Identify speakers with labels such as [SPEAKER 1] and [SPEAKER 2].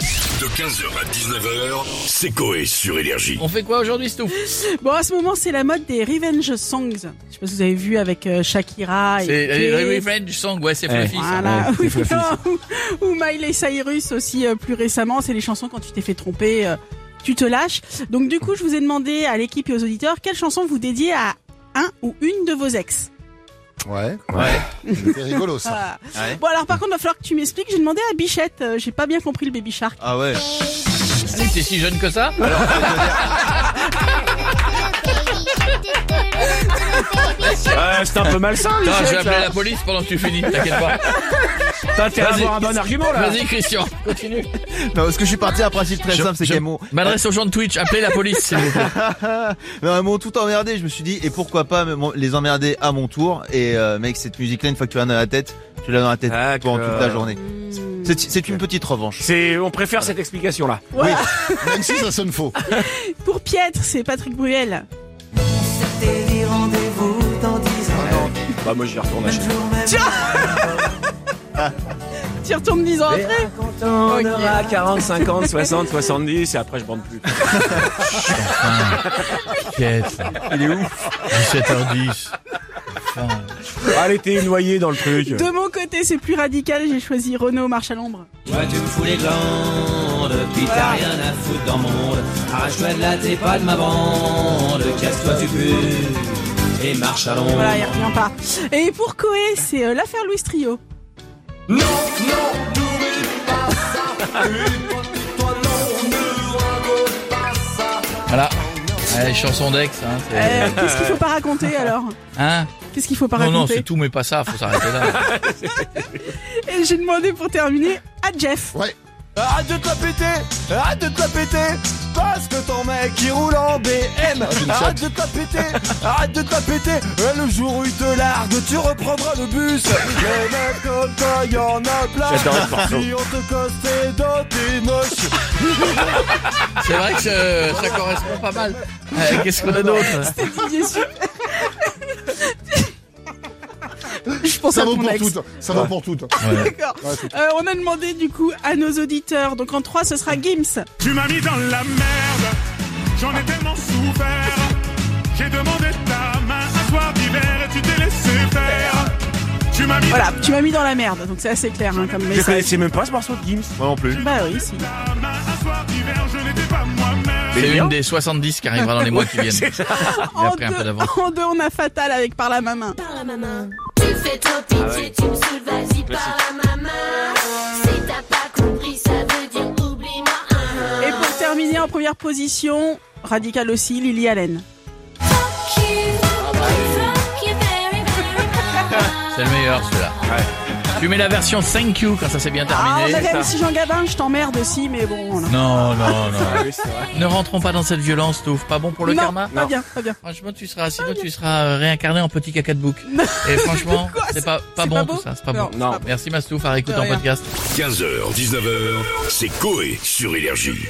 [SPEAKER 1] De 15h à 19h, c'est Coé sur Énergie.
[SPEAKER 2] On fait quoi aujourd'hui, Stouff
[SPEAKER 3] Bon, en ce moment, c'est la mode des revenge songs. Je sais pas si vous avez vu avec euh, Shakira et.
[SPEAKER 2] C'est euh,
[SPEAKER 3] Drake.
[SPEAKER 2] les Revenge Song, ouais, c'est fluffy ça.
[SPEAKER 3] Voilà.
[SPEAKER 4] Ouais, c'est
[SPEAKER 3] Ou-
[SPEAKER 4] fluffy, ça.
[SPEAKER 3] ou, ou Miley Cyrus aussi euh, plus récemment. C'est les chansons quand tu t'es fait tromper, euh, tu te lâches. Donc du coup, je vous ai demandé à l'équipe et aux auditeurs quelle chanson vous dédiez à un ou une de vos ex.
[SPEAKER 5] Ouais,
[SPEAKER 2] Ouais.
[SPEAKER 5] c'était rigolo ça.
[SPEAKER 3] Ah. Bon alors par contre, il va falloir que tu m'expliques. J'ai demandé à Bichette. euh, J'ai pas bien compris le Baby Shark.
[SPEAKER 4] Ah ouais.
[SPEAKER 2] Si T'es si jeune que ça
[SPEAKER 4] Euh, c'est un peu malsain,
[SPEAKER 2] Putain, Je vais
[SPEAKER 4] Michel.
[SPEAKER 2] appeler
[SPEAKER 4] ça.
[SPEAKER 2] la police pendant que tu finis, t'inquiète pas.
[SPEAKER 4] T'as intérêt à
[SPEAKER 2] Vas-y.
[SPEAKER 4] avoir un bon argument là.
[SPEAKER 2] Vas-y, Christian, continue.
[SPEAKER 6] Non, parce que je suis parti à un principe très
[SPEAKER 2] Je-
[SPEAKER 6] simple, c'est
[SPEAKER 2] je-
[SPEAKER 6] qu'elles m'ont,
[SPEAKER 2] M'adresse aux gens de Twitch, appelez la police, s'il vous plaît.
[SPEAKER 6] non, elles m'ont tout emmerdé. Je me suis dit, et pourquoi pas me- m'en- les emmerder à mon tour. Et euh, mec, cette musique-là, une fois que tu l'as dans la tête, tu l'as dans la tête
[SPEAKER 4] D'accord.
[SPEAKER 6] pendant toute la journée. C'est, c'est une petite revanche.
[SPEAKER 4] C'est, on préfère cette explication là.
[SPEAKER 3] Voilà.
[SPEAKER 5] Même si ça sonne faux.
[SPEAKER 3] Pour Pietre, c'est Patrick Bruel.
[SPEAKER 4] Bah moi j'y retourne à chez
[SPEAKER 3] Tu y retournes 10 ans après.
[SPEAKER 4] Quand on aura 40, 50, 60, 70 et après je bande plus.
[SPEAKER 2] T'inquiète,
[SPEAKER 6] Il est ouf.
[SPEAKER 2] 17h10.
[SPEAKER 4] Allez, t'es noyé dans le truc.
[SPEAKER 3] De mon côté, c'est plus radical. J'ai choisi Renaud Marche à l'ombre.
[SPEAKER 7] Toi tu me fous les glandes, puis t'as rien à foutre dans mon monde. Arrache-toi de là, t'es pas de ma bande. Casse-toi du cul et marche à l'ombre.
[SPEAKER 3] Voilà, il revient pas. Et pour Coé, c'est euh, l'affaire Louis Trio.
[SPEAKER 2] Voilà. Allez, chanson d'ex, hein. c'est-
[SPEAKER 3] Euh, Qu'est-ce qu'il faut pas raconter alors
[SPEAKER 2] Hein
[SPEAKER 3] Qu'est-ce qu'il faut pas
[SPEAKER 2] Non, non, c'est
[SPEAKER 3] raconter
[SPEAKER 2] tout, mais pas ça, faut s'arrêter là.
[SPEAKER 3] Et j'ai demandé pour terminer à Jeff.
[SPEAKER 6] Arrête de te la péter. Arrête de te la péter. Parce que ton mec il roule en BM
[SPEAKER 7] Ah,
[SPEAKER 6] Arrête de te la péter Arrête de te la péter Et Le jour où il te largue Tu reprendras le bus Les mecs comme toi y'en a plein
[SPEAKER 4] J'adore le morceau.
[SPEAKER 6] Si on te casse tes dents T'es noche
[SPEAKER 2] C'est vrai que euh, ça correspond pas mal. Euh, Qu'est-ce qu'on a d'autre
[SPEAKER 3] C'était Didier Sup. Je pense
[SPEAKER 5] Ça
[SPEAKER 3] à
[SPEAKER 5] vaut
[SPEAKER 3] ton
[SPEAKER 5] pour
[SPEAKER 3] ex.
[SPEAKER 5] toutes. Ça vaut pour toutes.
[SPEAKER 3] D'accord. Euh, on a demandé du coup à nos auditeurs. Donc en 3, ce sera Gims.
[SPEAKER 8] Tu m'as mis dans la merde, j'en ai tellement souffert. J'ai demandé ta main un soir d'hiver et tu t'es laissé faire. Tu m'as mis
[SPEAKER 3] Voilà, tu m'as mis dans la merde. Donc c'est assez clair hein, comme
[SPEAKER 4] Je
[SPEAKER 3] message.
[SPEAKER 4] connaissais même pas ce morceau de Gims.
[SPEAKER 6] Moi non plus
[SPEAKER 3] Bah oui, si.
[SPEAKER 8] ta main un soir d'hiver, je n'étais pas moi-même.
[SPEAKER 2] C'est une des 70 qui arrivera dans les mois qui viennent. Il a
[SPEAKER 3] En
[SPEAKER 2] pris un peu
[SPEAKER 3] deux,
[SPEAKER 2] d'avance.
[SPEAKER 3] en deux, on a Fatal avec Par la main.
[SPEAKER 9] Tu me fais trop pitié, tu me saoules, vas-y par la maman. Si t'as pas compris, ça veut dire oublie-moi. hein.
[SPEAKER 3] Et pour terminer en première position, radical aussi, Lily Allen.
[SPEAKER 9] Fuck you, fuck you very,
[SPEAKER 2] C'est
[SPEAKER 9] very
[SPEAKER 2] le meilleur, celui-là. Tu mets la version thank you quand ça s'est bien
[SPEAKER 3] Ah, on a
[SPEAKER 2] terminé.
[SPEAKER 3] quand même si Jean Gabin, je t'emmerde aussi, mais bon. voilà.
[SPEAKER 2] Non, non, non.
[SPEAKER 4] Ah oui, c'est vrai.
[SPEAKER 2] Ne rentrons pas dans cette violence, Touf. Pas bon pour le
[SPEAKER 3] non,
[SPEAKER 2] karma.
[SPEAKER 3] Pas bien, pas bien.
[SPEAKER 2] Franchement, tu seras, sinon tu seras euh, réincarné en petit caca de bouc. Et franchement,
[SPEAKER 3] Quoi,
[SPEAKER 2] c'est pas, pas
[SPEAKER 3] c'est
[SPEAKER 2] bon
[SPEAKER 3] pas
[SPEAKER 2] tout
[SPEAKER 3] beau
[SPEAKER 2] ça. C'est pas
[SPEAKER 3] Non,
[SPEAKER 2] bon.
[SPEAKER 3] c'est
[SPEAKER 4] Non.
[SPEAKER 3] pas beau.
[SPEAKER 2] Merci Mastouf à réécouter
[SPEAKER 3] De
[SPEAKER 2] en
[SPEAKER 3] rien.
[SPEAKER 2] podcast.
[SPEAKER 1] 15h, 19h, c'est Coé sur Énergie.